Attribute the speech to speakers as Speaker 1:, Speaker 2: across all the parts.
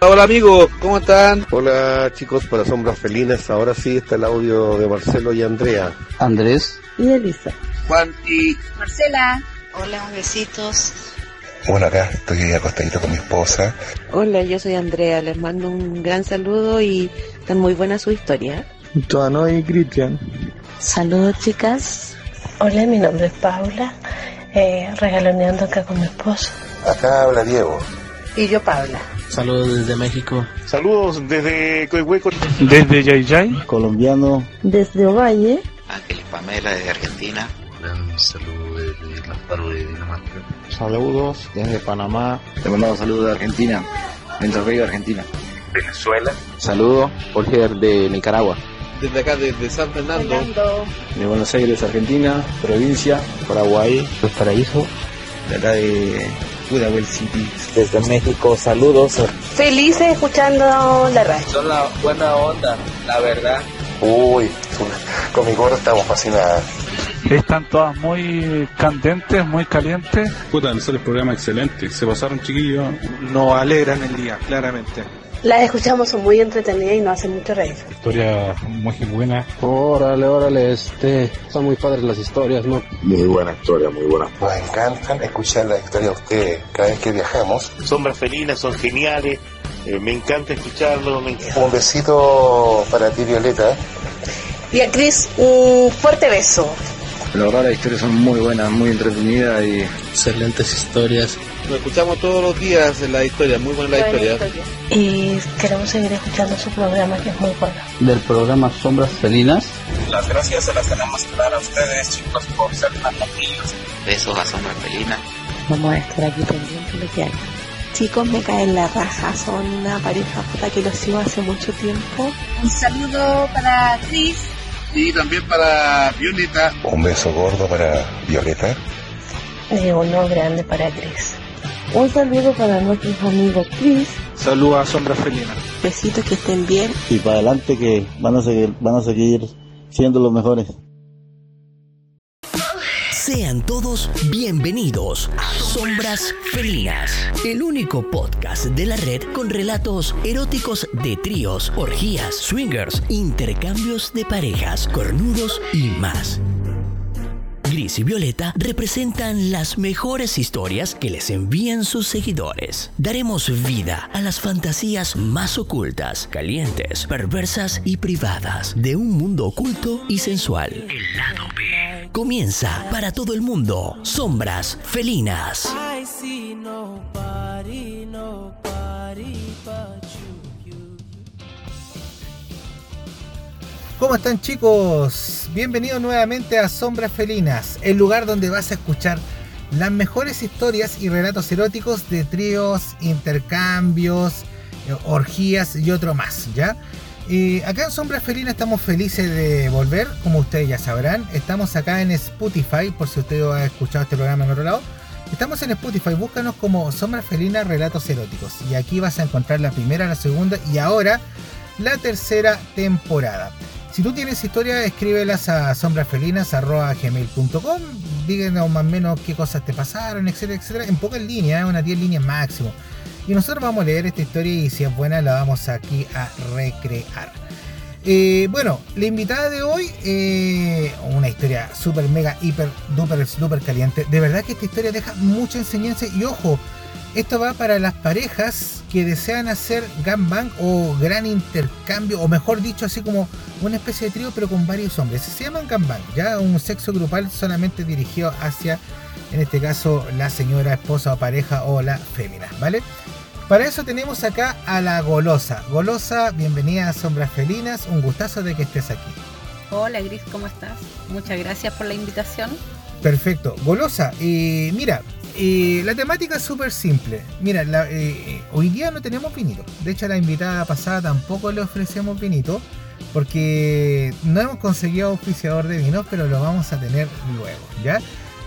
Speaker 1: Hola amigos, ¿cómo están?
Speaker 2: Hola chicos, para Sombras Felinas, ahora sí está el audio de Marcelo y Andrea.
Speaker 3: Andrés.
Speaker 4: Y Elisa.
Speaker 1: Juan y...
Speaker 5: Marcela. Hola, un besitos.
Speaker 6: Bueno, acá estoy acostadito con mi esposa.
Speaker 7: Hola, yo soy Andrea, les mando un gran saludo y están muy buena su historia.
Speaker 8: Toano y Cristian.
Speaker 9: Saludos chicas.
Speaker 10: Hola, mi nombre es Paula, eh, regaloneando acá con mi esposo.
Speaker 6: Acá habla Diego.
Speaker 11: Y yo Paula.
Speaker 12: Saludos desde México.
Speaker 13: Saludos desde Coihueco.
Speaker 14: Desde Yayay.
Speaker 15: Colombiano.
Speaker 4: Desde Ovalle.
Speaker 16: Ángeles Pamela desde Argentina.
Speaker 17: Un saludo desde Lamparo de Dinamarca.
Speaker 18: Saludos desde Panamá.
Speaker 19: Te mandamos saludos de Argentina. Entre Río, Argentina.
Speaker 20: Venezuela.
Speaker 6: Saludos, Jorge de Nicaragua.
Speaker 10: Desde acá, desde San Fernando. Fernando.
Speaker 5: De Buenos Aires, Argentina. Provincia. Paraguay.
Speaker 11: Los Paraíso.
Speaker 1: De acá de Pudahuel City.
Speaker 7: Desde México, saludos.
Speaker 12: Felices escuchando la radio.
Speaker 4: Son la buena onda, la verdad.
Speaker 6: Uy, con mi gorro estamos fascinadas.
Speaker 14: Están todas muy candentes, muy calientes.
Speaker 9: Puta, les sale el programa excelente. Se pasaron chiquillos.
Speaker 3: Nos alegran el día, claramente.
Speaker 12: Las escuchamos, son muy entretenidas y nos hacen mucho reír.
Speaker 9: Historia muy buena.
Speaker 3: Órale, órale, este. Son muy padres las historias, ¿no?
Speaker 6: Muy buena historia, muy buena.
Speaker 2: Nos encantan escuchar las historias de ustedes cada vez que viajamos.
Speaker 13: Sombras felinas, son geniales. Eh, me encanta escucharlo. Me encanta.
Speaker 2: Un besito para ti, Violeta.
Speaker 12: Y a Cris, un fuerte beso.
Speaker 19: La verdad, las historias son muy buenas, muy entretenidas y.
Speaker 3: Excelentes historias.
Speaker 1: Lo escuchamos todos los días en la historia, muy buena la historia.
Speaker 10: Y queremos seguir escuchando su programa que es muy bueno.
Speaker 3: Del programa Sombras Felinas.
Speaker 2: Las gracias se las tenemos que dar a ustedes, chicos, por ser tan amigos.
Speaker 16: Besos a Sombras Felinas.
Speaker 7: Vamos a estar aquí pendientes de lo que hagan. Chicos, me caen la raja, son una pareja puta que los sigo hace mucho tiempo.
Speaker 5: Un saludo para Cris.
Speaker 1: Y también para Violeta.
Speaker 6: Un beso gordo para Violeta.
Speaker 10: Y uno grande para Cris.
Speaker 4: Un saludo para nuestros amigos Chris.
Speaker 3: Saludos a Sombra Felina.
Speaker 7: Besitos que estén bien.
Speaker 11: Y para adelante que van a seguir, van a seguir siendo los mejores.
Speaker 13: Sean todos bienvenidos a Sombras Felinas, el único podcast de la red con relatos eróticos de tríos, orgías, swingers, intercambios de parejas, cornudos y más. Gris y Violeta representan las mejores historias que les envían sus seguidores. Daremos vida a las fantasías más ocultas, calientes, perversas y privadas de un mundo oculto y sensual. El lado B. Comienza para todo el mundo. Sombras felinas.
Speaker 15: ¿Cómo están chicos? Bienvenidos nuevamente a Sombras Felinas, el lugar donde vas a escuchar las mejores historias y relatos eróticos de tríos, intercambios, eh, orgías y otro más, ¿ya? Y acá en Sombras Felinas estamos felices de volver, como ustedes ya sabrán. Estamos acá en Spotify, por si usted ha escuchado este programa en otro lado. Estamos en Spotify, búscanos como Sombras Felinas Relatos Eróticos. Y aquí vas a encontrar la primera, la segunda y ahora la tercera temporada. Si tú tienes historias, escríbelas a sombrasfelinas.gmail.com Díganos más o menos qué cosas te pasaron, etcétera, etcétera. En pocas líneas, unas 10 líneas máximo. Y nosotros vamos a leer esta historia y si es buena la vamos aquí a recrear. Eh, bueno, la invitada de hoy, eh, una historia super mega, hiper, duper, super caliente. De verdad que esta historia deja mucha enseñanza y ojo, esto va para las parejas que desean hacer gangbang o gran intercambio, o mejor dicho, así como una especie de trío, pero con varios hombres. Se llaman gangbang, ya un sexo grupal solamente dirigido hacia, en este caso, la señora, esposa o pareja o la fémina, ¿vale? Para eso tenemos acá a la Golosa. Golosa, bienvenida a Sombras Felinas, un gustazo de que estés aquí.
Speaker 8: Hola Gris, ¿cómo estás? Muchas gracias por la invitación.
Speaker 15: Perfecto. Golosa, eh, mira, eh, la temática es súper simple. Mira, la, eh, hoy día no tenemos vinito. De hecho, a la invitada pasada tampoco le ofrecemos vinito. Porque no hemos conseguido auspiciador de vinos, pero lo vamos a tener luego, ¿ya?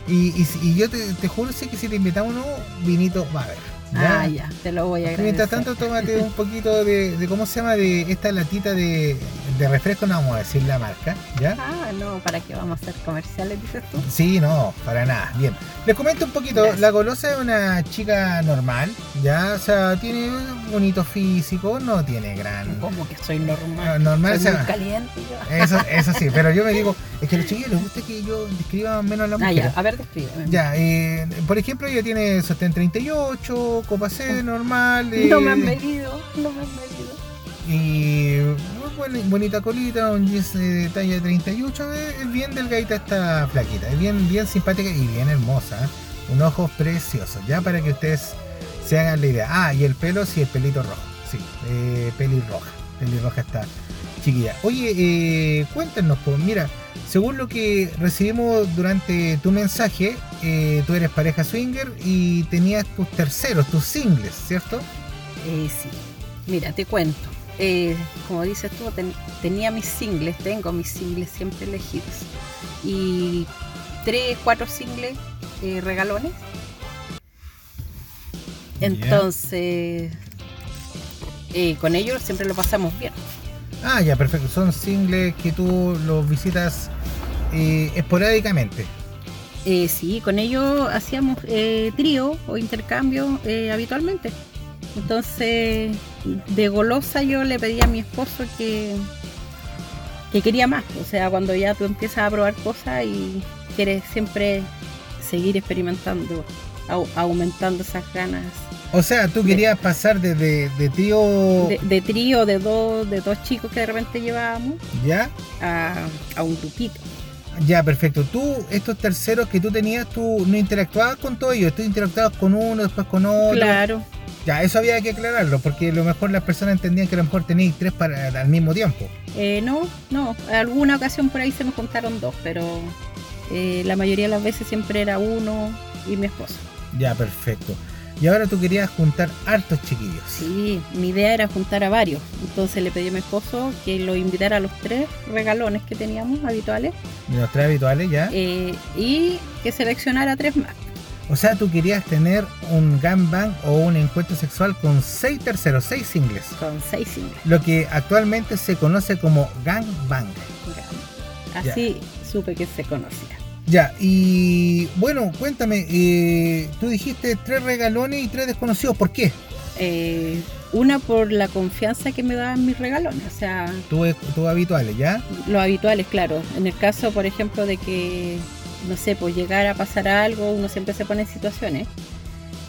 Speaker 15: Y, y, y yo te, te juro sí, que si te invitamos un nuevo vinito va a haber.
Speaker 8: Ah, ya, te lo voy a agradecer.
Speaker 15: Mientras tanto, tómate un poquito de, de- ¿cómo se llama? De esta latita de, de refresco, no vamos a decir la marca, ¿ya?
Speaker 8: Ah, no, ¿para qué vamos a hacer comerciales, dices tú?
Speaker 15: Sí, no, para nada. Bien. Les comento un poquito. La golosa es una chica normal, ¿ya? O sea, tiene un bonito físico, no tiene gran...
Speaker 8: Como que soy normal.
Speaker 15: Ah, normal,
Speaker 8: Soy
Speaker 15: o
Speaker 8: muy
Speaker 15: sea,
Speaker 8: caliente. yo.
Speaker 15: eso, eso sí, pero yo me digo, es que a los chiquillos les gusta que yo describa menos a la
Speaker 8: Ah,
Speaker 15: mujer.
Speaker 8: ya, a ver, descríbeme.
Speaker 15: Ya, eh, por ejemplo, ella tiene sostén 38, copa C normal. eh,
Speaker 8: No me han medido, no me han medido.
Speaker 15: Y muy buena- bonita colita, un jeans eh, de talla 38. eh, Es bien delgadita esta flaquita, es bien, bien simpática y bien hermosa. ¿eh? Un ojo precioso, ya para que ustedes se hagan la idea. Ah, y el pelo, sí, el pelito rojo. Sí, eh, pelirroja. Pelirroja está chiquilla. Oye, eh, cuéntanos, pues, mira, según lo que recibimos durante tu mensaje, eh, tú eres pareja swinger y tenías tus terceros, tus singles, ¿cierto?
Speaker 8: Eh, sí. Mira, te cuento. Eh, como dices tú, ten- tenía mis singles, tengo mis singles siempre elegidos. Y tres, cuatro singles eh, regalones. Entonces, eh, con ellos siempre lo pasamos bien.
Speaker 15: Ah, ya, perfecto. Son singles que tú los visitas eh, esporádicamente.
Speaker 8: Eh, sí, con ellos hacíamos eh, trío o intercambio eh, habitualmente. Entonces, de golosa yo le pedí a mi esposo que, que quería más. O sea, cuando ya tú empiezas a probar cosas y quieres siempre seguir experimentando, au- aumentando esas ganas.
Speaker 15: O sea, tú querías pasar desde de tío,
Speaker 8: De, de trío, de dos, de dos chicos que de repente llevábamos
Speaker 15: ¿ya?
Speaker 8: a, a un grupito.
Speaker 15: Ya, perfecto. Tú, estos terceros que tú tenías, tú no interactuabas con todos ellos, tú interactuabas con uno, después con otro.
Speaker 8: Claro.
Speaker 15: Ya, eso había que aclararlo, porque a lo mejor las personas entendían que a lo mejor tenías tres para, al mismo tiempo.
Speaker 8: Eh, no, no. Alguna ocasión por ahí se me juntaron dos, pero eh, la mayoría de las veces siempre era uno y mi esposo.
Speaker 15: Ya, perfecto. Y ahora tú querías juntar hartos chiquillos.
Speaker 8: Sí, mi idea era juntar a varios. Entonces le pedí a mi esposo que lo invitara a los tres regalones que teníamos habituales
Speaker 15: De los tres habituales, ¿ya?
Speaker 8: eh, y que seleccionara tres más.
Speaker 15: O sea, tú querías tener un gangbang o un encuentro sexual con seis terceros, seis singles.
Speaker 8: Con seis singles.
Speaker 15: Lo que actualmente se conoce como gangbang. Ya.
Speaker 8: Así supe que se conocía.
Speaker 15: Ya, y bueno, cuéntame, eh, tú dijiste tres regalones y tres desconocidos, ¿por qué?
Speaker 8: Eh, una por la confianza que me daban mis regalones, o sea,
Speaker 15: Tú, tú habituales, ¿ya?
Speaker 8: los habituales, claro. En el caso, por ejemplo, de que, no sé, pues llegar a pasar algo, uno siempre se pone en situaciones.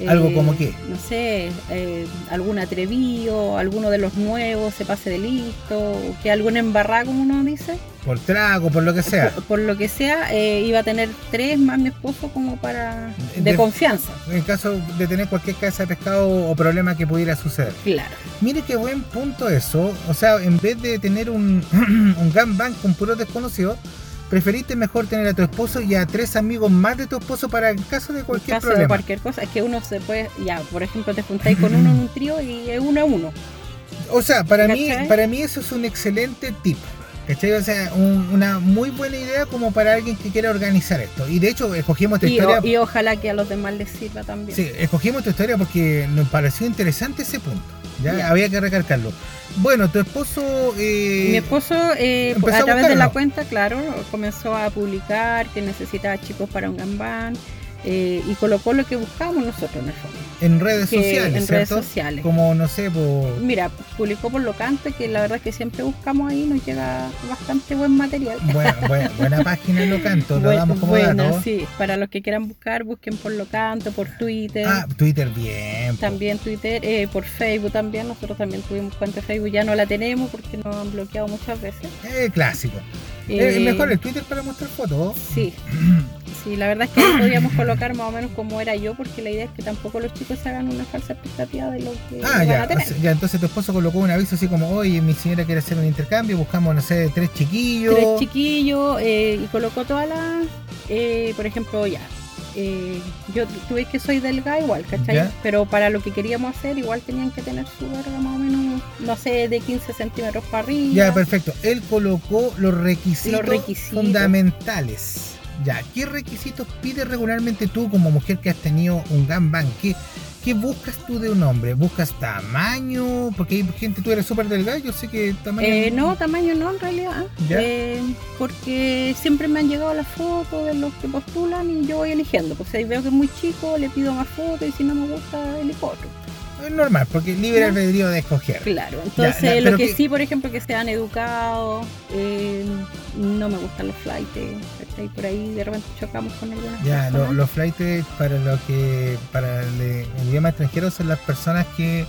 Speaker 8: Eh,
Speaker 15: ¿Algo como qué?
Speaker 8: No sé, eh, algún atrevido, alguno de los nuevos se pase de listo, o que algún embarrado, como uno dice,
Speaker 15: Por trago, por lo que sea.
Speaker 8: por, por lo que sea, eh, iba a tener tres más mi esposo como para... de,
Speaker 15: De-
Speaker 8: confianza.
Speaker 15: En caso de tener cualquier casa de pescado o problema que pudiera suceder.
Speaker 8: Claro.
Speaker 15: Mire qué buen punto eso. O sea, en vez de tener un, un gangbang con puros desconocidos, preferiste mejor tener a tu esposo y a tres amigos más de tu esposo para en caso de cualquier
Speaker 8: caso de
Speaker 15: problema.
Speaker 8: cualquier cosa, es que uno se puede, ya, por ejemplo, te juntáis con uno en un trío y es uno a uno.
Speaker 15: O sea, para mí,
Speaker 8: ¿Cachai?
Speaker 15: para mí eso es un excelente tip. ¿Cachai? O sea, un- una muy buena idea como para alguien que quiera organizar esto. Y de hecho, escogimos tu
Speaker 8: Y,
Speaker 15: historia.
Speaker 8: o- y ojalá que a los demás les sirva también.
Speaker 15: Sí, escogimos tu historia porque nos pareció interesante ese punto. Ya
Speaker 8: Ya.
Speaker 15: había que recalcarlo. Bueno, tu esposo. eh,
Speaker 8: Mi esposo, eh,
Speaker 15: empezó
Speaker 8: a
Speaker 15: a
Speaker 8: través de la
Speaker 15: buscarlo.
Speaker 8: cuenta, claro, comenzó a publicar que necesitaba chicos para un gambán eh, y colocó lo que buscábamos nosotros en el fondo.
Speaker 15: En redes
Speaker 8: que-
Speaker 15: sociales.
Speaker 8: en redes
Speaker 15: ¿cierto?
Speaker 8: sociales.
Speaker 15: Como, no sé, por.
Speaker 8: Mira, publicó por lo canto que la verdad es que siempre buscamos ahí, nos llega bastante buen material.
Speaker 15: Buena, buena- buena página lo canto, lo
Speaker 8: Buen-
Speaker 15: damos como
Speaker 8: buena,
Speaker 15: dato.
Speaker 8: sí. Para los que quieran buscar, busquen por lo canto, por Twitter.
Speaker 15: Ah, Twitter bien. po.
Speaker 8: También Twitter, eh, por Facebook también, nosotros también tuvimos cuenta de Facebook, ya no la tenemos porque nos han bloqueado muchas veces.
Speaker 15: Eh, clásico. Es
Speaker 8: Eh,
Speaker 15: mejor el Twitter para mostrar fotos.
Speaker 8: Sí. Sí, la verdad es que ahí podíamos colocar más o menos como era yo, porque la idea es que tampoco los chicos se hagan una falsa expectativa de lo que
Speaker 15: Ah,
Speaker 8: van
Speaker 15: ya,
Speaker 8: a tener.
Speaker 15: o sea, ya, entonces tu esposo colocó un aviso así como, oye, mi señora quiere hacer un intercambio, buscamos, no sé, tres chiquillos.
Speaker 8: Tres chiquillos, eh, y colocó todas las, eh, por ejemplo, ya, eh, yo tú ves que soy delgada igual, ¿cachai?
Speaker 15: Ya.
Speaker 8: Pero para lo que queríamos hacer igual tenían que tener su verga más o menos, no sé, de 15 centímetros para arriba.
Speaker 15: ya, perfecto. Él colocó los requisitos,
Speaker 8: Los requisitos.
Speaker 15: fundamentales. Ya, ¿qué requisitos pides regularmente tú como mujer que has tenido un gangbang? ¿Qué, ¿Qué buscas tú de un hombre? ¿Buscas tamaño? Porque hay gente, tú eres súper delgada, yo sé que tamaño...
Speaker 8: Eh, no, tamaño no, en realidad.
Speaker 15: ¿Ya?
Speaker 8: Eh, porque siempre me han llegado las fotos de los que postulan y yo voy eligiendo. Pues si veo que es muy chico, le pido más fotos y si no me gusta, elijo otro.
Speaker 15: Es normal, porque libre
Speaker 8: Ya.
Speaker 15: albedrío de escoger.
Speaker 8: Claro,
Speaker 15: Ya,
Speaker 8: entonces
Speaker 15: ya,
Speaker 8: lo
Speaker 15: pero
Speaker 8: que
Speaker 15: ¿qué-
Speaker 8: sí, por ejemplo, que sean educados, eh, no me gustan los flights, ¿cachai? por ahí de repente chocamos con algunas
Speaker 15: Ya, lo-
Speaker 8: personas.
Speaker 15: los flightes para lo que para el, el idioma extranjero son las personas que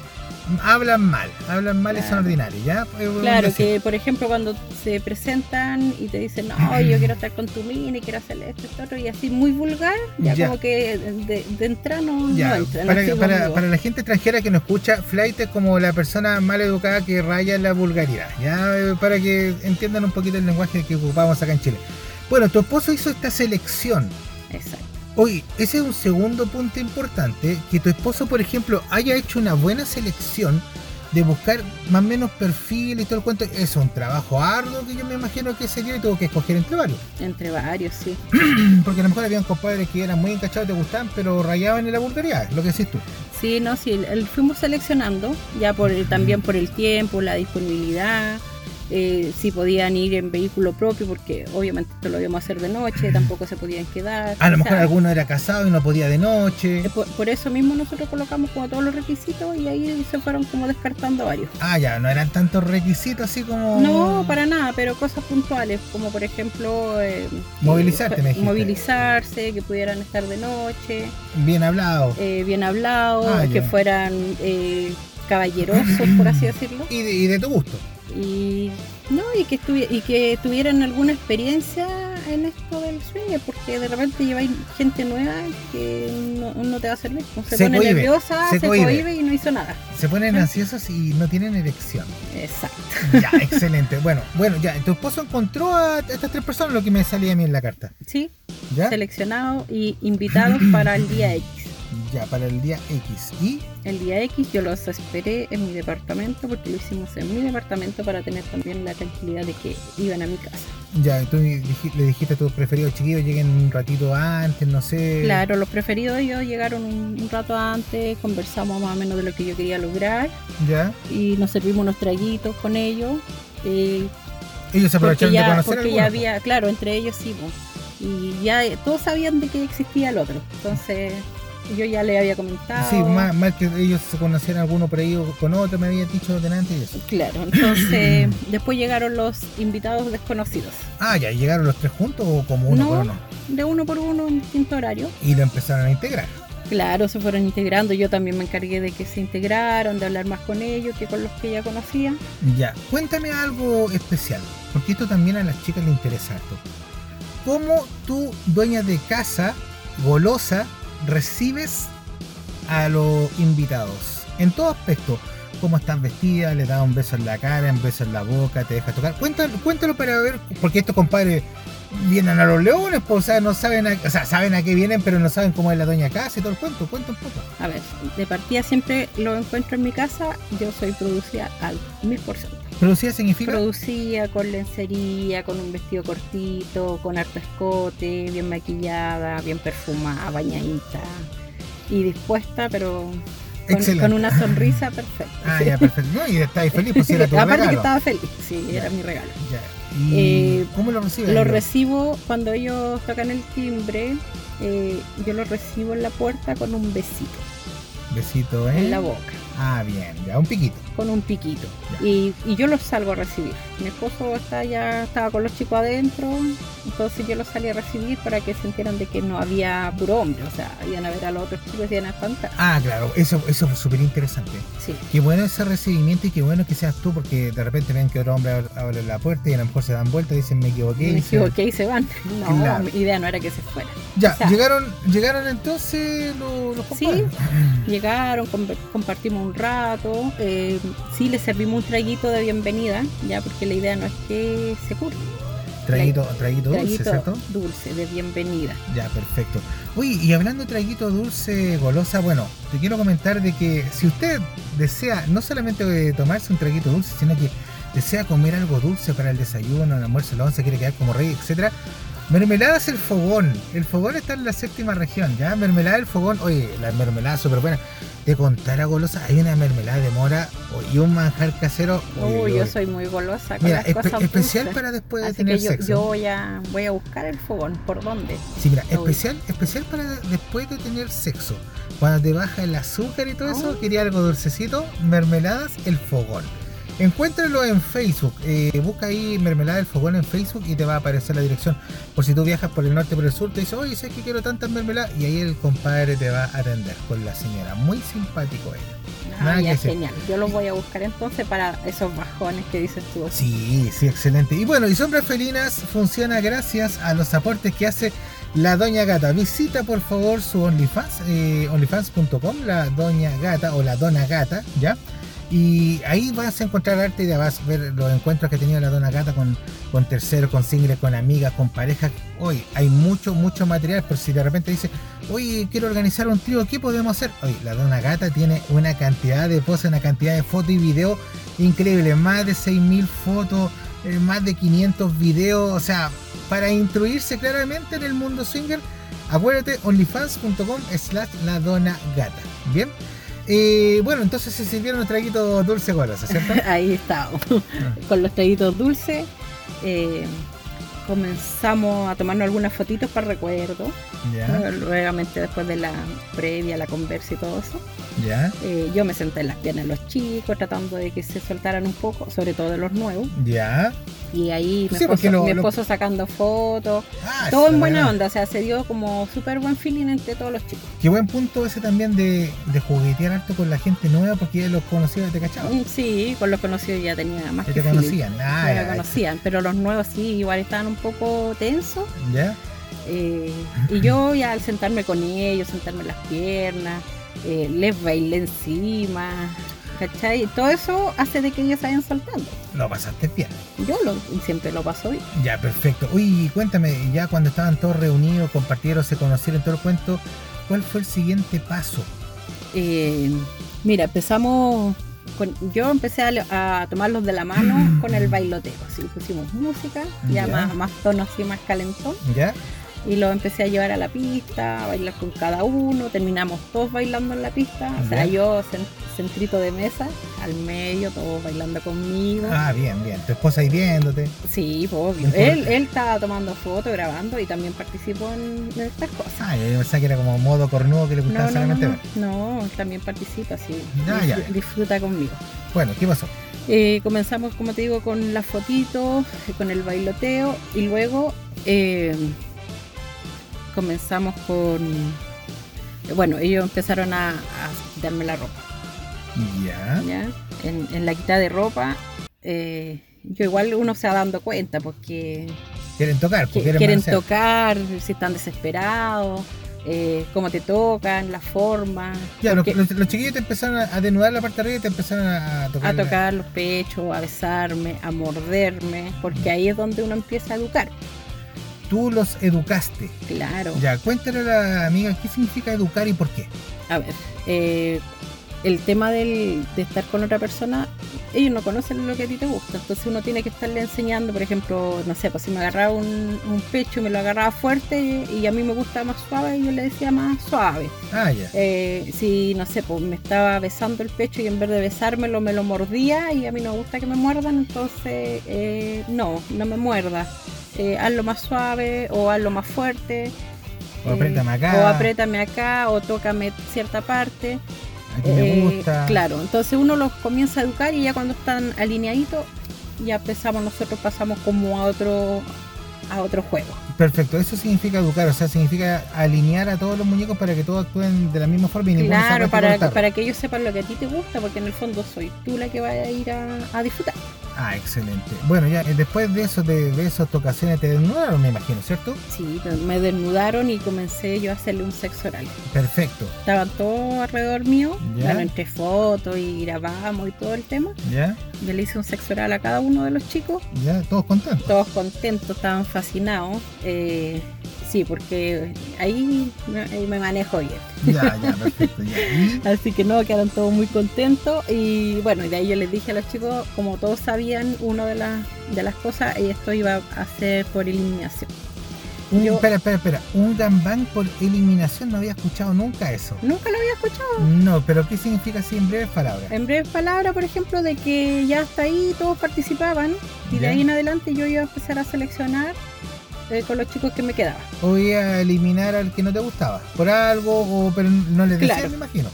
Speaker 15: hablan mal, hablan mal y son
Speaker 8: Claro.
Speaker 15: ordinarios, ¿ya? Eh,
Speaker 8: Claro,
Speaker 15: decir,
Speaker 8: que por ejemplo cuando se presentan y te dicen, no, yo quiero estar con tu mina y quiero hacerle esto, esto, otro, y así muy vulgar, ya,
Speaker 15: Ya.
Speaker 8: como que de, de entrada no,
Speaker 15: ya,
Speaker 8: no entran.
Speaker 15: para,
Speaker 8: así
Speaker 15: para-
Speaker 8: conmigo.
Speaker 15: para la gente extranjera que no escucha, flight es como la persona mal educada que raya en la vulgaridad, ¿ya? Eh, Para que entiendan un poquito el lenguaje que ocupamos acá en Chile. Bueno, tu esposo hizo esta selección.
Speaker 8: Exacto.
Speaker 15: Oye, ese es un segundo punto importante, que tu esposo, por ejemplo, haya hecho una buena selección de buscar más o menos perfil y todo el cuento. Es un trabajo arduo que yo me imagino que se dio y tuvo que escoger entre varios.
Speaker 8: Entre varios, sí.
Speaker 15: Porque a lo mejor habían compadres que eran muy encachados, te gustaban, pero rayaban en la vulgaridad, lo que decís tú.
Speaker 8: Sí, no, sí, el- el- fuimos seleccionando, ya por el- también por el tiempo, la disponibilidad, eh, si podían ir en vehículo propio, porque obviamente esto lo íbamos a hacer de noche, tampoco se podían quedar.
Speaker 15: A lo
Speaker 8: o
Speaker 15: mejor
Speaker 8: sea, eh,
Speaker 15: alguno era casado y no podía de noche.
Speaker 8: por, por eso mismo nosotros colocamos como todos los requisitos y ahí se fueron como descartando varios.
Speaker 15: Ah, ya, no eran tantos requisitos así como...
Speaker 8: No, para nada, pero cosas puntuales, como por ejemplo... eh,
Speaker 15: Movilizarte,
Speaker 8: eh,
Speaker 15: me dijiste.
Speaker 8: Movilizarse, que pudieran estar de noche,
Speaker 15: Bien hablado.
Speaker 8: eh, bien hablados,
Speaker 15: Ah,
Speaker 8: que
Speaker 15: ya.
Speaker 8: fueran eh, caballerosos, por así decirlo.
Speaker 15: Y de, y de tu gusto.
Speaker 8: y no y que estuvi- y que tuvieran alguna experiencia en esto del sueño porque de repente lleváis gente nueva que no, no te va a servir pues se,
Speaker 15: Se
Speaker 8: pone
Speaker 15: cohíbe,
Speaker 8: nerviosa
Speaker 15: se
Speaker 8: se,
Speaker 15: cohíbe.
Speaker 8: cohibe. y no hizo nada
Speaker 15: Se ponen
Speaker 8: Ah.
Speaker 15: ansiosos y no tienen erección.
Speaker 8: exacto
Speaker 15: Ya, excelente. Bueno, bueno, ya, tu esposo encontró a a estas tres personas lo que me salía a mí en la carta.
Speaker 8: sí
Speaker 15: ¿Ya?
Speaker 8: seleccionado y invitados para el día X
Speaker 15: Ya, para el día X. ¿Y?
Speaker 8: el día X yo los esperé en mi departamento porque lo hicimos en mi departamento para tener también la tranquilidad de que iban a mi casa
Speaker 15: Ya, tú dij- le dijiste a tus preferidos chiquillos, lleguen un ratito antes, no sé.
Speaker 8: Claro, los preferidos de ellos llegaron un, un rato antes, conversamos más o menos de lo que yo quería lograr
Speaker 15: Ya.
Speaker 8: y nos servimos unos traguitos con ellos. eh,
Speaker 15: Ellos se aprovecharon
Speaker 8: porque
Speaker 15: de
Speaker 8: ya,
Speaker 15: conocer
Speaker 8: porque
Speaker 15: algunos,
Speaker 8: ya
Speaker 15: po.
Speaker 8: había, claro, entre ellos sí, po. y ya eh, todos sabían de que existía el otro, entonces yo ya le había comentado.
Speaker 15: Sí, más, más que ellos se conocieran alguno por ahí o con otro, me había dicho delante y eso.
Speaker 8: Claro, entonces después llegaron los invitados desconocidos.
Speaker 15: Ah, ya, ¿y ¿llegaron los tres juntos o como uno
Speaker 8: No.
Speaker 15: por uno?
Speaker 8: De uno por uno, en distinto horario.
Speaker 15: Y lo empezaron a integrar.
Speaker 8: Claro, se fueron integrando. Yo también me encargué de que se integraran, de hablar más con ellos que con los que ya conocía.
Speaker 15: Ya, cuéntame algo especial, porque esto también a las chicas les interesa harto. ¿Cómo tú, dueña de casa, golosa, recibes a los invitados? En todo aspecto. ¿Cómo estás vestida? ¿Le das un beso en la cara, un beso en la boca? ¿Te dejas tocar? Cuéntalo, cuéntalo para ver, porque estos compadres vienen a los leones, pues, o sea, no saben a, o sea, saben a qué vienen, pero no saben cómo es la dueña casa y todo el cuento. Cuenta un poco.
Speaker 8: A ver, de partida siempre lo encuentro en mi casa, yo soy producida al mil por ciento.
Speaker 15: ¿Producida significa?
Speaker 8: Producida con lencería, con un vestido cortito, con harto escote, bien maquillada, bien perfumada, bañadita y dispuesta, pero con,
Speaker 15: Excelente.
Speaker 8: con una sonrisa perfecta.
Speaker 15: Ah, ya, perfecto. No, y estáis feliz, pues si era tu
Speaker 8: Aparte que
Speaker 15: regalo.
Speaker 8: estaba feliz, sí, era mi regalo.
Speaker 15: Ya. ¿Y
Speaker 8: Eh,
Speaker 15: cómo lo recibes?
Speaker 8: Lo
Speaker 15: Elio?
Speaker 8: recibo cuando ellos tocan el timbre, eh, yo lo recibo en la puerta con un besito
Speaker 15: Besito, ¿eh?
Speaker 8: en la boca.
Speaker 15: Ah, bien, ya, un piquito.
Speaker 8: con un piquito. Y, y yo los salgo a recibir. Mi esposo está ya, estaba con los chicos adentro, entonces yo los salí a recibir para que sintieran de que no había puro hombre, o sea, iban a ver a los otros chicos y iban a espantar.
Speaker 15: Ah, claro, eso, eso fue súper interesante.
Speaker 8: Sí.
Speaker 15: Qué bueno ese recibimiento y qué bueno que seas tú, porque de repente ven que otro hombre ab- abre la puerta y a lo mejor se dan vuelta y dicen me equivoqué.
Speaker 8: Me
Speaker 15: y se-
Speaker 8: equivoqué y se van. No,
Speaker 15: Claro.
Speaker 8: mi idea no era que se fueran.
Speaker 15: Ya,
Speaker 8: O sea,
Speaker 15: llegaron, llegaron entonces los, los
Speaker 8: Sí,
Speaker 15: compadres.
Speaker 8: llegaron, com- compartimos un rato, eh, sí, les servimos un traguito de bienvenida, ya porque la idea no es que se cure.
Speaker 15: Traguito, traguito dulce,
Speaker 8: Traguito
Speaker 15: ¿cierto?
Speaker 8: dulce, de bienvenida.
Speaker 15: Ya, perfecto. Uy, y hablando de traguito dulce, golosa, bueno, te quiero comentar de que si usted desea no solamente eh, tomarse un traguito dulce, sino que desea comer algo dulce para el desayuno, el almuerzo, la once, quiere quedar como rey, etcétera, Mermelada es el fogón. El fogón está en la séptima región, ¿ya? Mermelada del fogón. Oye, la mermelada es súper buena. Te contara golosa, hay una mermelada de mora y un manjar casero.
Speaker 8: Uy, yo soy muy golosa. Con
Speaker 15: Mira,
Speaker 8: las
Speaker 15: espe-
Speaker 8: cosas
Speaker 15: especial
Speaker 8: dulces.
Speaker 15: para después de
Speaker 8: Así
Speaker 15: tener
Speaker 8: que yo,
Speaker 15: sexo.
Speaker 8: yo voy a, voy a buscar el fogón. ¿Por dónde?
Speaker 15: Sí, mira,
Speaker 8: Uy.
Speaker 15: especial, especial para después de tener sexo. Cuando te baja el azúcar y todo eso, quería algo dulcecito, mermeladas el fogón. Encuéntralo en Facebook, eh, busca ahí Mermelada del Fogón en Facebook y te va a aparecer la dirección. Por si tú viajas por el norte, por el sur, te dice, oye, sé que quiero tantas mermeladas, y ahí el compadre te va a atender con la señora. Muy simpático ella.
Speaker 8: Ah,
Speaker 15: Nada
Speaker 8: ya,
Speaker 15: que hacer.
Speaker 8: genial. Yo lo voy a buscar entonces para esos bajones que dices tú.
Speaker 15: Sí, sí, excelente. Y bueno, y Sombras Felinas funciona gracias a los aportes que hace la Doña Gata. Visita por favor su OnlyFans, eh, onlyfans.com, la Doña Gata o la Dona Gata, ¿ya? Y ahí vas a encontrar arte y ya vas a ver los encuentros que ha tenido la Dona Gata con, con terceros, con singles, con amigas, con parejas. Hoy hay mucho, mucho material, pero si de repente dice, oye, quiero organizar un trío, ¿qué podemos hacer? Oye, la Dona Gata tiene una cantidad de poses, una cantidad de fotos y videos increíble, más de 6.000 fotos, eh, más de 500 videos, o sea, para instruirse claramente en el mundo swinger, acuérdate, onlyfans.com slash la dona gata, ¿bien? Eh, bueno, entonces se sirvieron un traguito dulce golosa, ¿cierto?
Speaker 8: Ahí está.
Speaker 15: Ah.
Speaker 8: Con los traguitos dulces eh, comenzamos a tomarnos algunas fotitos para recuerdo.
Speaker 15: Ya.
Speaker 8: Nuevamente después de la previa, la conversa y todo eso.
Speaker 15: ¿Ya?
Speaker 8: Eh, yo me senté en las piernas de los chicos tratando de que se soltaran un poco, sobre todo de los nuevos.
Speaker 15: ¿Ya?
Speaker 8: Y ahí mi
Speaker 15: Sí, porque
Speaker 8: esposo,
Speaker 15: lo-
Speaker 8: mi
Speaker 15: lo-
Speaker 8: esposo sacando fotos.
Speaker 15: Ah,
Speaker 8: todo
Speaker 15: está
Speaker 8: en buena
Speaker 15: bueno.
Speaker 8: onda, o sea, se dio como súper buen feeling entre todos los chicos.
Speaker 15: Qué buen punto ese también de, de juguetear harto con la gente nueva porque ya los conocidos te cachaban.
Speaker 8: Mm, Sí, con los conocidos ya tenía más
Speaker 15: Ah. Ya
Speaker 8: que
Speaker 15: te
Speaker 8: feeling.
Speaker 15: conocían, ah,
Speaker 8: Ya
Speaker 15: ya,
Speaker 8: me
Speaker 15: ya.
Speaker 8: conocían, pero los nuevos sí, igual estaban un poco tensos.
Speaker 15: ¿Ya?
Speaker 8: eh, y yo ya al sentarme con ellos, sentarme en las piernas, eh, les bailé encima, ¿cachai? Todo eso hace de que ellos se vayan soltando.
Speaker 15: Lo pasaste bien.
Speaker 8: Yo lo, siempre lo paso bien.
Speaker 15: Ya, perfecto. Uy, cuéntame, ya cuando estaban todos reunidos, compartieron, se conocieron todo el cuento, ¿cuál fue el siguiente paso?
Speaker 8: Eh, mira, empezamos. Con, yo empecé a, a tomarlos de la mano con el bailoteo. Así pusimos música, ya,
Speaker 15: Ya.
Speaker 8: Más, más tono así, más calentón.
Speaker 15: ¿Ya?
Speaker 8: Y los empecé a llevar a la pista, a bailar con cada uno. Terminamos todos bailando en la pista. O sea,
Speaker 15: Ya.
Speaker 8: yo cen- centrito de mesa, al medio, todos bailando conmigo.
Speaker 15: Ah, bien, bien. Tu esposa ahí viéndote.
Speaker 8: Sí, pues, obvio.
Speaker 15: Importante.
Speaker 8: Él, él estaba tomando fotos, grabando y también participó en, en estas cosas.
Speaker 15: Ah, yo pensaba que era como modo cornudo que le gustaba
Speaker 8: No, no, no,
Speaker 15: solamente
Speaker 8: no,
Speaker 15: ver.
Speaker 8: no, él también participa, sí.
Speaker 15: Ah, ya.
Speaker 8: Disfr- Disfruta conmigo.
Speaker 15: Bueno, ¿qué pasó?
Speaker 8: Eh, comenzamos, como te digo, con las fotitos, con el bailoteo y luego eh, comenzamos con... Bueno, ellos empezaron a, a quitarme la ropa.
Speaker 15: Ya.
Speaker 8: ¿ya? En, en la quita de ropa, eh, yo igual uno se va dando cuenta porque
Speaker 15: Quieren tocar, porque
Speaker 8: que-
Speaker 15: quieren,
Speaker 8: quieren
Speaker 15: manosear.
Speaker 8: tocar, si están desesperados, eh, cómo te tocan, la forma,
Speaker 15: Ya, los, los- los chiquillos te empezaron a a desnudar la parte de arriba y te empezaron a a tocar.
Speaker 8: a
Speaker 15: la-
Speaker 8: tocar los pechos, a besarme, a morderme, porque ahí es donde uno empieza a educar.
Speaker 15: Tú los educaste.
Speaker 8: Claro.
Speaker 15: Ya, cuéntale a la amiga qué significa educar y por qué.
Speaker 8: A ver, eh, el tema del, de estar con otra persona, ellos no conocen lo que a ti te gusta, entonces uno tiene que estarle enseñando, por ejemplo, no sé, pues si me agarraba un, un pecho y me lo agarraba fuerte y a mí me gusta más suave, yo le decía más suave.
Speaker 15: Ah, ya.
Speaker 8: Eh, si, no sé, pues me estaba besando el pecho y en vez de besármelo me lo mordía y a mí no me gusta que me muerdan, entonces eh, no, no me muerda. Eh, hazlo más suave o hazlo más fuerte. Eh,
Speaker 15: O apriétame acá.
Speaker 8: O apriétame acá o tócame cierta parte.
Speaker 15: Aquí me gusta.
Speaker 8: Eh, Claro, entonces uno los comienza a educar y ya cuando están alineaditos ya empezamos nosotros pasamos como a otro a otro juego.
Speaker 15: Perfecto, eso significa educar, o sea, significa alinear a todos los muñecos para que todos actúen de la misma forma y ninguno se
Speaker 8: Claro,
Speaker 15: acueste
Speaker 8: para,
Speaker 15: con el tarro.
Speaker 8: para que ellos sepan lo que a ti te gusta, porque en el fondo soy tú la que va a ir a, a disfrutar.
Speaker 15: Ah, excelente. Bueno, ya eh, después de eso, de, de esas tocaciones, te desnudaron, me imagino, ¿cierto?
Speaker 8: Sí, me desnudaron y comencé yo a hacerle un sexo oral.
Speaker 15: Perfecto.
Speaker 8: Estaban todos alrededor mío,
Speaker 15: Ya.
Speaker 8: bueno, entre fotos y grabamos y todo el tema.
Speaker 15: ¿Ya?
Speaker 8: Yo le hice un sexo oral a cada uno de los chicos.
Speaker 15: ¿Ya? ¿Todos contentos?
Speaker 8: Todos contentos, estaban fascinados. eh, sí, porque ahí me, ahí me manejo bien.
Speaker 15: Ya, ya, perfecto. Ya. ¿Y?
Speaker 8: Así que no, quedaron todos muy contentos. Y bueno, y de ahí yo les dije a los chicos, como eh, todos sabían, una de, las de las cosas, y esto iba a ser por eliminación.
Speaker 15: Un- Espera, espera, espera. Un gangbang por eliminación no había escuchado nunca eso.
Speaker 8: Nunca lo había escuchado.
Speaker 15: No, pero ¿qué significa así en breves palabras?
Speaker 8: En breves palabras, por ejemplo, de que ya hasta ahí todos participaban y de
Speaker 15: Ya.
Speaker 8: ahí en adelante yo iba a empezar a seleccionar eh, con los chicos que me quedaban.
Speaker 15: Voy a eliminar al que no te gustaba. Por algo, o, pero no le decías,
Speaker 8: Claro.
Speaker 15: me imagino.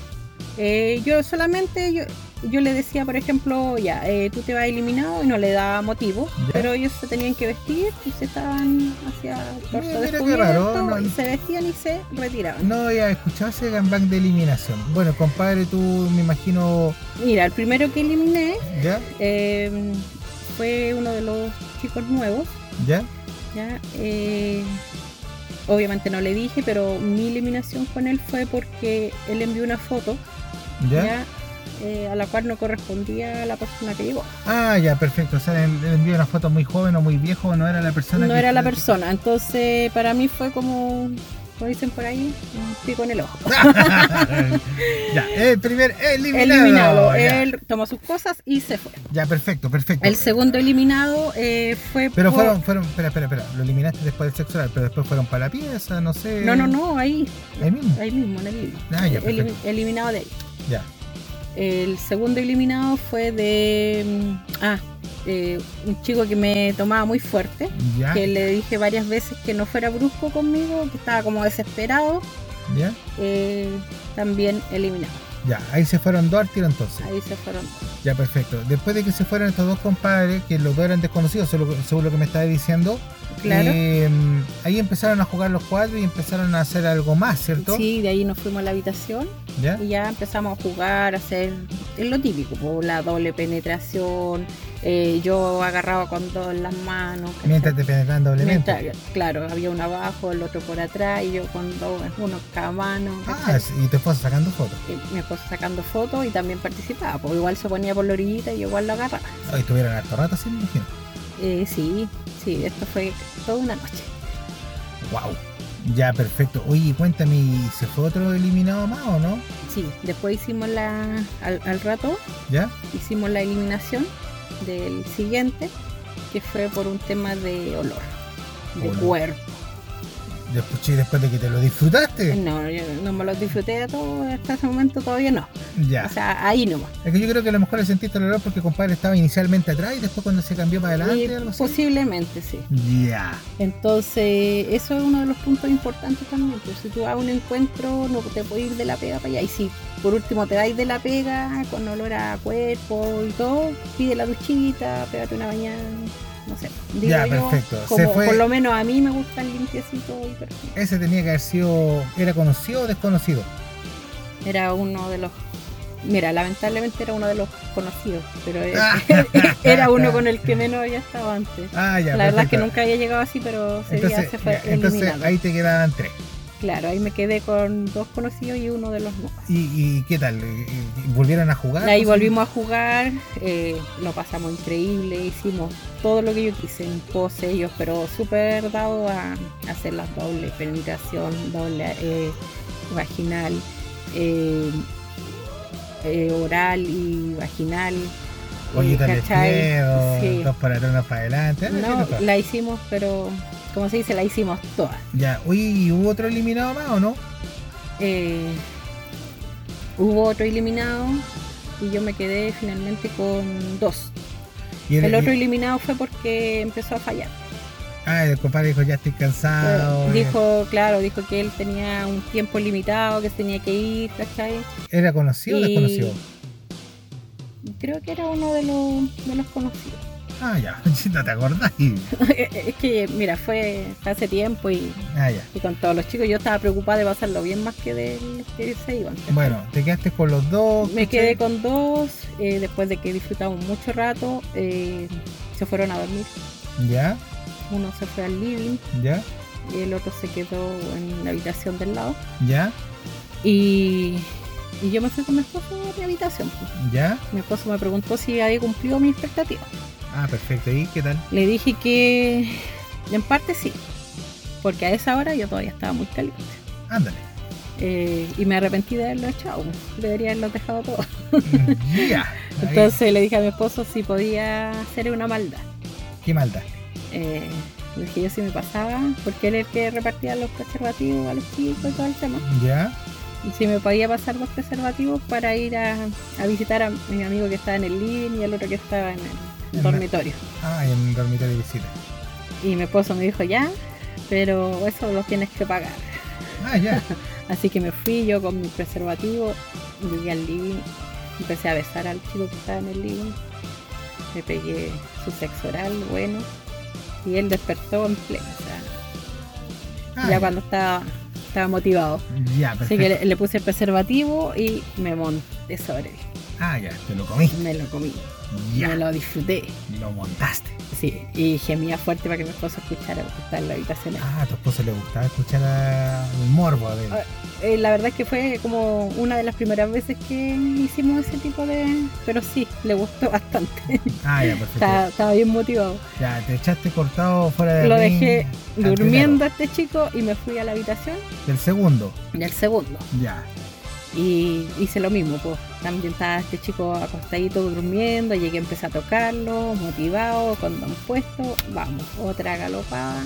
Speaker 8: Eh, yo solamente, yo, yo le decía, por ejemplo, ya, eh, tú te vas eliminado y no le daba motivo, pero ellos se tenían que vestir y se estaban hacia el
Speaker 15: Mira,
Speaker 8: torso
Speaker 15: mira qué
Speaker 8: descubierto
Speaker 15: raro, no-
Speaker 8: y se vestían y se retiraban.
Speaker 15: No había escuchado ese gangbang de eliminación. Bueno, compadre, tú me imagino.
Speaker 8: Mira, el primero que eliminé
Speaker 15: ¿Ya?
Speaker 8: eh, fue uno de los chicos nuevos,
Speaker 15: ¿Ya?
Speaker 8: ya, eh, obviamente no le dije, pero mi eliminación con él fue porque él envió una foto,
Speaker 15: ¿Ya?
Speaker 8: ya, eh, a la cual no correspondía a la persona que llegó.
Speaker 15: Ah, ya, perfecto. O sea, él él envió una foto muy joven o muy viejo, o no era la persona.
Speaker 8: no
Speaker 15: que-
Speaker 8: era la persona. Entonces, para mí fue como, como dicen por ahí, un pico en el ojo.
Speaker 15: Ya, el primer eliminado.
Speaker 8: Eliminado.
Speaker 15: ya.
Speaker 8: Él tomó sus cosas y se fue.
Speaker 15: Ya, perfecto, perfecto.
Speaker 8: El segundo eliminado eh, fue.
Speaker 15: Pero
Speaker 8: por-
Speaker 15: fueron, fueron, espera, espera, espera, lo eliminaste después del sexual, pero después fueron para la pieza, no sé.
Speaker 8: No, no, no, ahí.
Speaker 15: Ahí mismo.
Speaker 8: Ahí mismo, en el mismo.
Speaker 15: Ah, ya,
Speaker 8: Elim-
Speaker 15: perfecto.
Speaker 8: eliminado de ahí.
Speaker 15: Ya.
Speaker 8: El segundo eliminado fue de. mm, Ah, eh, un chico que me tomaba muy fuerte.
Speaker 15: Ya.
Speaker 8: Que le dije varias veces que no fuera brusco conmigo, que estaba como desesperado.
Speaker 15: Ya,
Speaker 8: eh, también eliminado.
Speaker 15: ya, ahí se fueron dos al tiro entonces.
Speaker 8: Ahí se fueron.
Speaker 15: Ya, perfecto. Después de que se fueron estos dos compadres, que los dos eran desconocidos, según lo- según lo que me estaba diciendo,
Speaker 8: Claro.
Speaker 15: eh, ahí empezaron a jugar los cuatro y empezaron a hacer algo más, ¿cierto?
Speaker 8: Sí, de ahí nos fuimos a la habitación
Speaker 15: ¿Ya?
Speaker 8: y ya empezamos a jugar, a hacer es lo típico, po, la doble penetración, eh, yo agarraba con dos las manos. ¿cachai?
Speaker 15: Mientras te penetraban doblemente.
Speaker 8: Mientras- claro, había uno abajo, el otro por atrás y yo con dos, uno cada mano.
Speaker 15: Ah,
Speaker 8: ¿cachai?
Speaker 15: y te esposa sacando fotos.
Speaker 8: Y Mi esposo sacando fotos y también participaba, pues igual se ponía por la orillita y yo igual lo agarraba.
Speaker 15: Hoy estuvieron harto rato, sí, me imagino.
Speaker 8: Eh, sí, sí, esto fue toda una noche.
Speaker 15: Wow. Ya, perfecto. Oye, cuéntame, ¿y ¿se fue otro eliminado más o no?
Speaker 8: Sí, después hicimos la, al, al rato,
Speaker 15: ¿Ya?
Speaker 8: hicimos la eliminación del siguiente, que fue por un tema de olor, de
Speaker 15: Olor.
Speaker 8: cuerpo.
Speaker 15: Después, sí, después de que te lo disfrutaste.
Speaker 8: No, yo no me los disfruté de todo, hasta ese momento todavía no.
Speaker 15: Ya.
Speaker 8: O sea, ahí nomás.
Speaker 15: Es que yo creo que a lo mejor le sentiste el olor porque compadre estaba inicialmente atrás y después cuando se cambió para
Speaker 8: Y
Speaker 15: adelante. algo así.
Speaker 8: posiblemente sí.
Speaker 15: Ya.
Speaker 8: Entonces, eso es uno de los puntos importantes también. Pues si tú vas a un encuentro, no te puedes ir de la pega para allá. Y si por último te vais de la pega con olor a cuerpo y todo, pide la duchita, pégate una bañada. No sé, digo
Speaker 15: Ya,
Speaker 8: yo,
Speaker 15: perfecto. Se
Speaker 8: como
Speaker 15: fue-
Speaker 8: por lo menos a mí me gustan limpiecitos y perfumes.
Speaker 15: Ese tenía que haber sido. ¿Era conocido o desconocido?
Speaker 8: Era uno de los. Mira, lamentablemente era uno de los conocidos, pero eh, era uno con el que menos había estado antes.
Speaker 15: Ah, ya,
Speaker 8: la verdad es que
Speaker 15: perfecto.
Speaker 8: nunca había llegado así, pero ese día
Speaker 15: Entonces,
Speaker 8: se fue
Speaker 15: ya, entonces
Speaker 8: eliminado.
Speaker 15: ahí te quedaban tres.
Speaker 8: Claro, ahí me quedé con dos conocidos y uno de los no.
Speaker 15: ¿Y, y qué tal? ¿Y- y- y ¿Volvieron a jugar?
Speaker 8: Ahí volvimos a jugar, eh, lo pasamos increíble, hicimos todo lo que yo quise en pose ellos, pero súper dado a hacer la doble penetración, doble eh, vaginal, eh, eh, oral y vaginal. eh,
Speaker 15: Oye,
Speaker 8: ¿cachai? Sí.
Speaker 15: dos para atrás, unos para adelante. Ah,
Speaker 8: No,
Speaker 15: tiene todo.
Speaker 8: la hicimos, pero como se dice, la hicimos toda.
Speaker 15: Ya, oye, ¿y hubo otro eliminado más o no?
Speaker 8: Eh, hubo otro eliminado y yo me quedé finalmente con dos.
Speaker 15: Y
Speaker 8: el,
Speaker 15: el-
Speaker 8: otro
Speaker 15: y-
Speaker 8: eliminado fue porque empezó a fallar.
Speaker 15: Ah, el compadre dijo, ya estoy cansado. eh,
Speaker 8: dijo, claro, dijo que él tenía un tiempo limitado, que tenía que ir, ¿cachai?
Speaker 15: ¿Era conocido o
Speaker 8: y-
Speaker 15: desconocido?
Speaker 8: Creo que era uno de los, de los conocidos. Eh,
Speaker 15: Ah, ya, no te acordás.
Speaker 8: es que, mira, fue hace tiempo y,
Speaker 15: Ah, ya.
Speaker 8: y con todos los chicos yo estaba preocupada de pasarlo bien más que de los que se iban. ¿cachai?
Speaker 15: Bueno, te quedaste con los dos.
Speaker 8: Me quedé con dos, eh, después de que disfrutamos mucho rato, eh, se fueron a dormir.
Speaker 15: Ya,
Speaker 8: Uno se fue al living
Speaker 15: ya,
Speaker 8: y el otro se quedó en la habitación del lado.
Speaker 15: ya,
Speaker 8: Y, y yo me fui con mi esposo a mi habitación. pues.
Speaker 15: ya.
Speaker 8: Mi esposo me preguntó si había cumplido mi expectativa.
Speaker 15: Ah, perfecto. ¿Y qué tal?
Speaker 8: Le dije que en parte sí, porque a esa hora yo todavía estaba muy caliente.
Speaker 15: Ándale.
Speaker 8: Eh, y me arrepentí de haberlo echado, pues. debería haberlo dejado todo.
Speaker 15: Ya. Ahí.
Speaker 8: Entonces le dije a mi esposo si podía hacer una maldad.
Speaker 15: Qué maldad.
Speaker 8: Eh, Porque yo sí me pasaba, porque él era el que repartía los preservativos a los chicos y todo el tema.
Speaker 15: ¿Ya?
Speaker 8: Y si me podía pasar los preservativos para ir a, a visitar a mi amigo que estaba en el living y al otro que estaba en el
Speaker 15: En la-
Speaker 8: dormitorio.
Speaker 15: Ah, en dormitorio de visita.
Speaker 8: Y mi esposo me dijo ya, pero eso lo tienes que pagar.
Speaker 15: Ah, ya.
Speaker 8: Así que me fui yo con mi preservativo, llegué al living, empecé a besar al chico que estaba en el living, me pegué su sexo oral, bueno, y él despertó en pleno, o sea,
Speaker 15: Ah,
Speaker 8: ya
Speaker 15: ya.
Speaker 8: cuando estaba, estaba motivado.
Speaker 15: Ya,
Speaker 8: Así
Speaker 15: perfecto.
Speaker 8: que le, le puse el preservativo y me monté sobre él.
Speaker 15: Ah, ya, te lo comí.
Speaker 8: Me lo comí.
Speaker 15: Ya.
Speaker 8: Me lo disfruté.
Speaker 15: Lo montaste.
Speaker 8: Sí, y gemía fuerte para que mi esposo escuchara porque estaba en la habitación.
Speaker 15: Ah, a tu esposo le gustaba escuchar a- el morbo de
Speaker 8: Ah, eh, la verdad es que fue como una de las primeras veces que hicimos ese tipo de... Pero sí, le gustó bastante.
Speaker 15: Ah, ya, perfecto.
Speaker 8: estaba, estaba bien motivado.
Speaker 15: Ya, te echaste cortado fuera de Ah,
Speaker 8: Lo dejé durmiendo a este chico y me fui a la habitación
Speaker 15: El segundo.
Speaker 8: del segundo.
Speaker 15: Ya.
Speaker 8: Y hice lo mismo, pues también estaba este chico acostadito durmiendo, llegué, empecé a tocarlo, motivado, condón puesto, vamos, otra galopada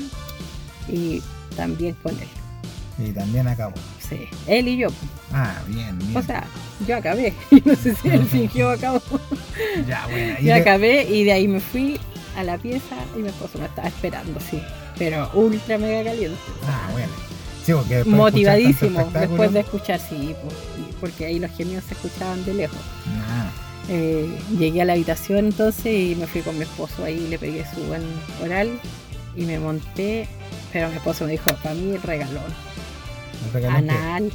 Speaker 8: y también con él.
Speaker 15: Y también acabó.
Speaker 8: Sí, él y yo. pues.
Speaker 15: Ah, bien, bien.
Speaker 8: O sea, yo acabé. Y no sé si él fingió acabó.
Speaker 15: ya, bueno. ahí
Speaker 8: Yo
Speaker 15: te-
Speaker 8: acabé y de ahí me fui a la pieza y mi esposo me estaba esperando, sí. Pero ultra mega caliente.
Speaker 15: Ah, bueno. Sí, porque después de escuchar tanto
Speaker 8: Motivadísimo
Speaker 15: espectáculo-
Speaker 8: después de escuchar, sí, pues, sí, porque ahí los gemidos se escuchaban de lejos.
Speaker 15: Ah,
Speaker 8: Eh, llegué a la habitación entonces y me fui con mi esposo ahí, le pegué su buen oral y me monté, pero mi esposo me dijo, para mí el regalón,
Speaker 15: me regaló que-
Speaker 8: anal,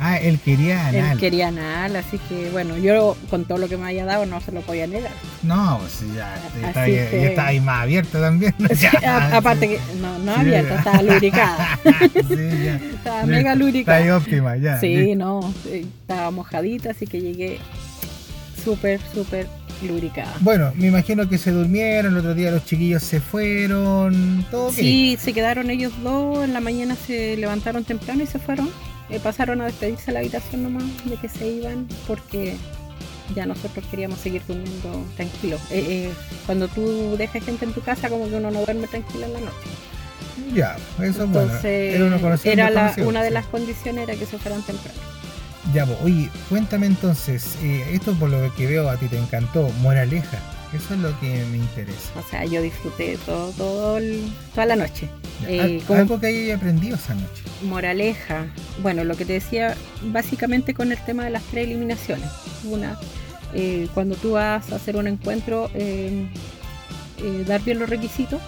Speaker 15: Ah, él quería anal.
Speaker 8: él quería anal, así que bueno, yo con todo lo que me haya dado no se lo podía negar.
Speaker 15: No, pues ya, te- está,
Speaker 8: Así
Speaker 15: ya- ya
Speaker 8: que-
Speaker 15: está ahí más abierto también. Ya, ah,
Speaker 8: A- aparte que no, no había,
Speaker 15: Sí.
Speaker 8: estaba lubricada,
Speaker 15: sí, ya.
Speaker 8: estaba
Speaker 15: Listo,
Speaker 8: mega lubricada.
Speaker 15: Está ahí óptima, ya.
Speaker 8: sí,
Speaker 15: listo.
Speaker 8: no, eh, estaba mojadita, así que llegué súper, súper lubricada.
Speaker 15: Bueno, me imagino que se durmieron, el otro día los chiquillos se fueron, todo bien.
Speaker 8: Sí, se quedaron ellos dos, en la mañana se levantaron temprano y se fueron. Eh, pasaron a despedirse a la habitación nomás de que se iban porque ya nosotros queríamos seguir durmiendo tranquilo. Eh, eh, cuando tú dejas gente en tu casa como que uno no duerme tranquilo en la noche.
Speaker 15: Ya, eso es bueno.
Speaker 8: Entonces
Speaker 15: Era uno conocido,
Speaker 8: era la-
Speaker 15: desconocido,
Speaker 8: una de
Speaker 15: sí.
Speaker 8: las condiciones era que se fueran temprano.
Speaker 15: Ya, pues, oye, cuéntame entonces, eh, esto por lo que veo a ti te encantó, moraleja, eso es lo que me interesa.
Speaker 8: O sea, yo disfruté todo, todo el- toda la noche.
Speaker 15: Ya,
Speaker 8: Eh,
Speaker 15: al-
Speaker 8: como-
Speaker 15: Algo que hayas aprendido esa noche.
Speaker 8: moraleja. Bueno, lo que te decía básicamente con el tema de las tres eliminaciones. Una, eh, cuando tú vas a hacer un encuentro, eh, eh, dar bien los requisitos.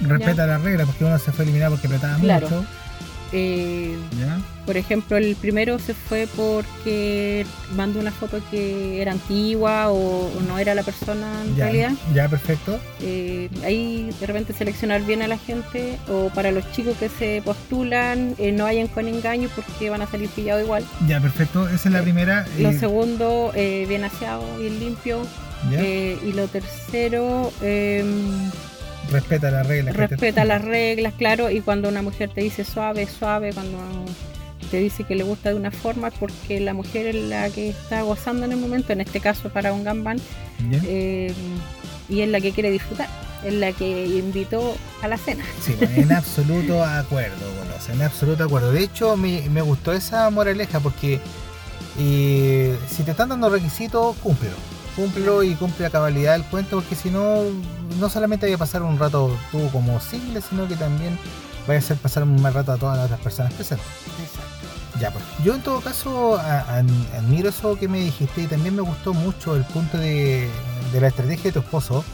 Speaker 15: Respeta
Speaker 8: Ya.
Speaker 15: las reglas, porque uno se fue eliminado porque apretaba
Speaker 8: Claro.
Speaker 15: mucho.
Speaker 8: Eh,
Speaker 15: Ya.
Speaker 8: por ejemplo, el primero se fue porque mandó una foto que era antigua o, o no era la persona en
Speaker 15: ya,
Speaker 8: realidad.
Speaker 15: ya, perfecto.
Speaker 8: Eh, ahí de repente seleccionar bien a la gente o para los chicos que se postulan, eh, no vayan con engaño porque van a salir pillados igual.
Speaker 15: Ya, perfecto. Esa es la primera.
Speaker 8: Lo
Speaker 15: eh,
Speaker 8: segundo, eh, bien aseado, bien limpio.
Speaker 15: Ya.
Speaker 8: Eh, y lo tercero, eh,
Speaker 15: respeta las reglas. que te-
Speaker 8: respeta las reglas, claro. Y cuando una mujer te dice suave, suave, cuando te dice que le gusta de una forma, es porque la mujer es la que está gozando en el momento, en este caso para un gambán,
Speaker 15: Ya.
Speaker 8: eh, y es la que quiere disfrutar, es la que invitó a la cena.
Speaker 15: Sí, bueno, en absoluto acuerdo, bueno, o sea, en absoluto acuerdo. De hecho, me, me gustó esa moraleja porque eh, si te están dando requisitos, cúmplelo. Cúmplelo y cumple a cabalidad el cuento, porque si no, no solamente voy a pasar un rato tú como single, sino que también voy a hacer pasar un mal rato a todas las otras personas presentes. Ya, pues. Yo en todo caso a- an- admiro eso que me dijiste y también me gustó mucho el punto de, de la estrategia de tu esposo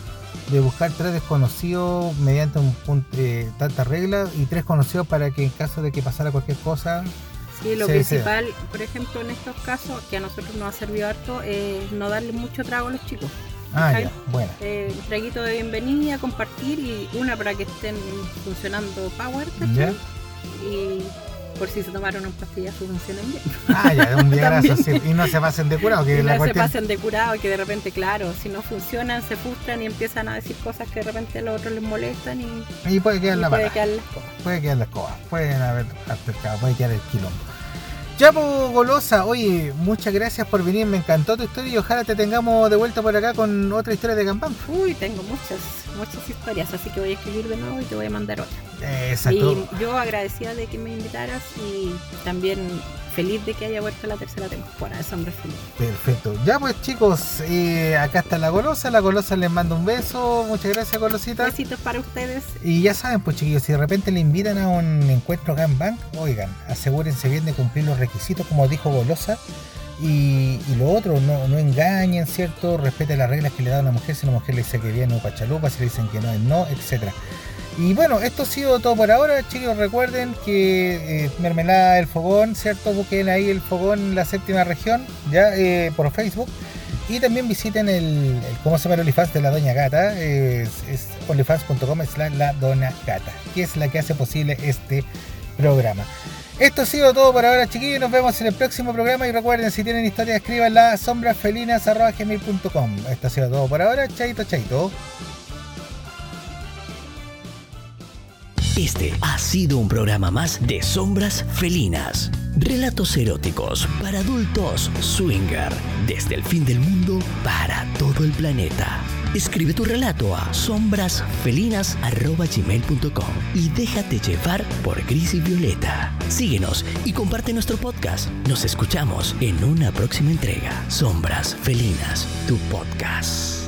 Speaker 15: de buscar tres desconocidos mediante un punto, eh, tantas reglas y tres conocidos para que en caso de que pasara cualquier cosa...
Speaker 8: Sí, lo
Speaker 15: se desea.
Speaker 8: principal, por ejemplo, en estos casos, que a nosotros nos ha servido harto, es no darle mucho trago a los chicos.
Speaker 15: Ah,
Speaker 8: ¿Cachai?
Speaker 15: ya, bueno.
Speaker 8: Eh, un traguito de bienvenida, compartir y una para que estén funcionando power, ¿cachai?
Speaker 15: ¿Ya?
Speaker 8: Y por si se tomaron un pastillazo funcionen bien.
Speaker 15: Ah, ya, un viagrazo,
Speaker 8: También.
Speaker 15: sí, Y no se pasen de curado, que
Speaker 8: Y
Speaker 15: la
Speaker 8: no se
Speaker 15: cuestión...
Speaker 8: pasen de curado y que de repente, claro, si no funcionan, se frustran y empiezan a decir cosas que de repente a los otros les molestan y,
Speaker 15: Y puede quedar
Speaker 8: y
Speaker 15: la
Speaker 8: puede
Speaker 15: pala.
Speaker 8: quedar las cosas.
Speaker 15: puede quedar la escoba, pueden haber altercado, puede quedar el quilombo. Ya, pues, Golosa, oye, muchas gracias por venir, me encantó tu historia y ojalá te tengamos de vuelta por acá con otra historia de Gambam.
Speaker 8: Uy, tengo muchas, muchas historias, así que voy a escribir de nuevo y te voy a mandar otra.
Speaker 15: Exacto.
Speaker 8: Y yo agradecida de que me invitaras y también feliz de que haya vuelto la tercera temporada de Sombras Feliz.
Speaker 15: Perfecto. Ya pues chicos, eh, acá está la golosa. La golosa les manda un beso. Muchas gracias, golosita.
Speaker 8: Besitos para ustedes.
Speaker 15: Y ya saben, pues chiquillos, si de repente le invitan a un encuentro acá en Bank, oigan, asegúrense bien de cumplir los requisitos, como dijo Golosa. Y, y lo otro, no, no engañen, ¿cierto? Respeten las reglas que le da a la mujer. Si la mujer le dice que bien, no pachalupa. Si le dicen que no, es no, etcétera. Y bueno, esto ha sido todo por ahora, chicos. Recuerden que eh, Mermelada del Fogón, ¿cierto? Busquen ahí el Fogón, la séptima región, ya eh, por Facebook. Y también visiten el, el- ¿cómo se llama el OnlyFans de la Doña Gata? Eh, Es, es onlyfans.com slash la Dona Gata, que es la que hace posible este programa. Esto ha sido todo por ahora, chiquillos. Nos vemos en el próximo programa. Y recuerden, si tienen historia, escríbanla a sombrasfelinas.com. Esto ha sido todo por ahora. Chaito, chaito.
Speaker 13: Este ha sido un programa más de Sombras Felinas. Relatos eróticos para adultos swinger. Desde el fin del mundo para todo el planeta. Escribe tu relato a sombrasfelinas.com y déjate llevar por Gris y Violeta. Síguenos y comparte nuestro podcast. Nos escuchamos en una próxima entrega. Sombras Felinas, tu podcast.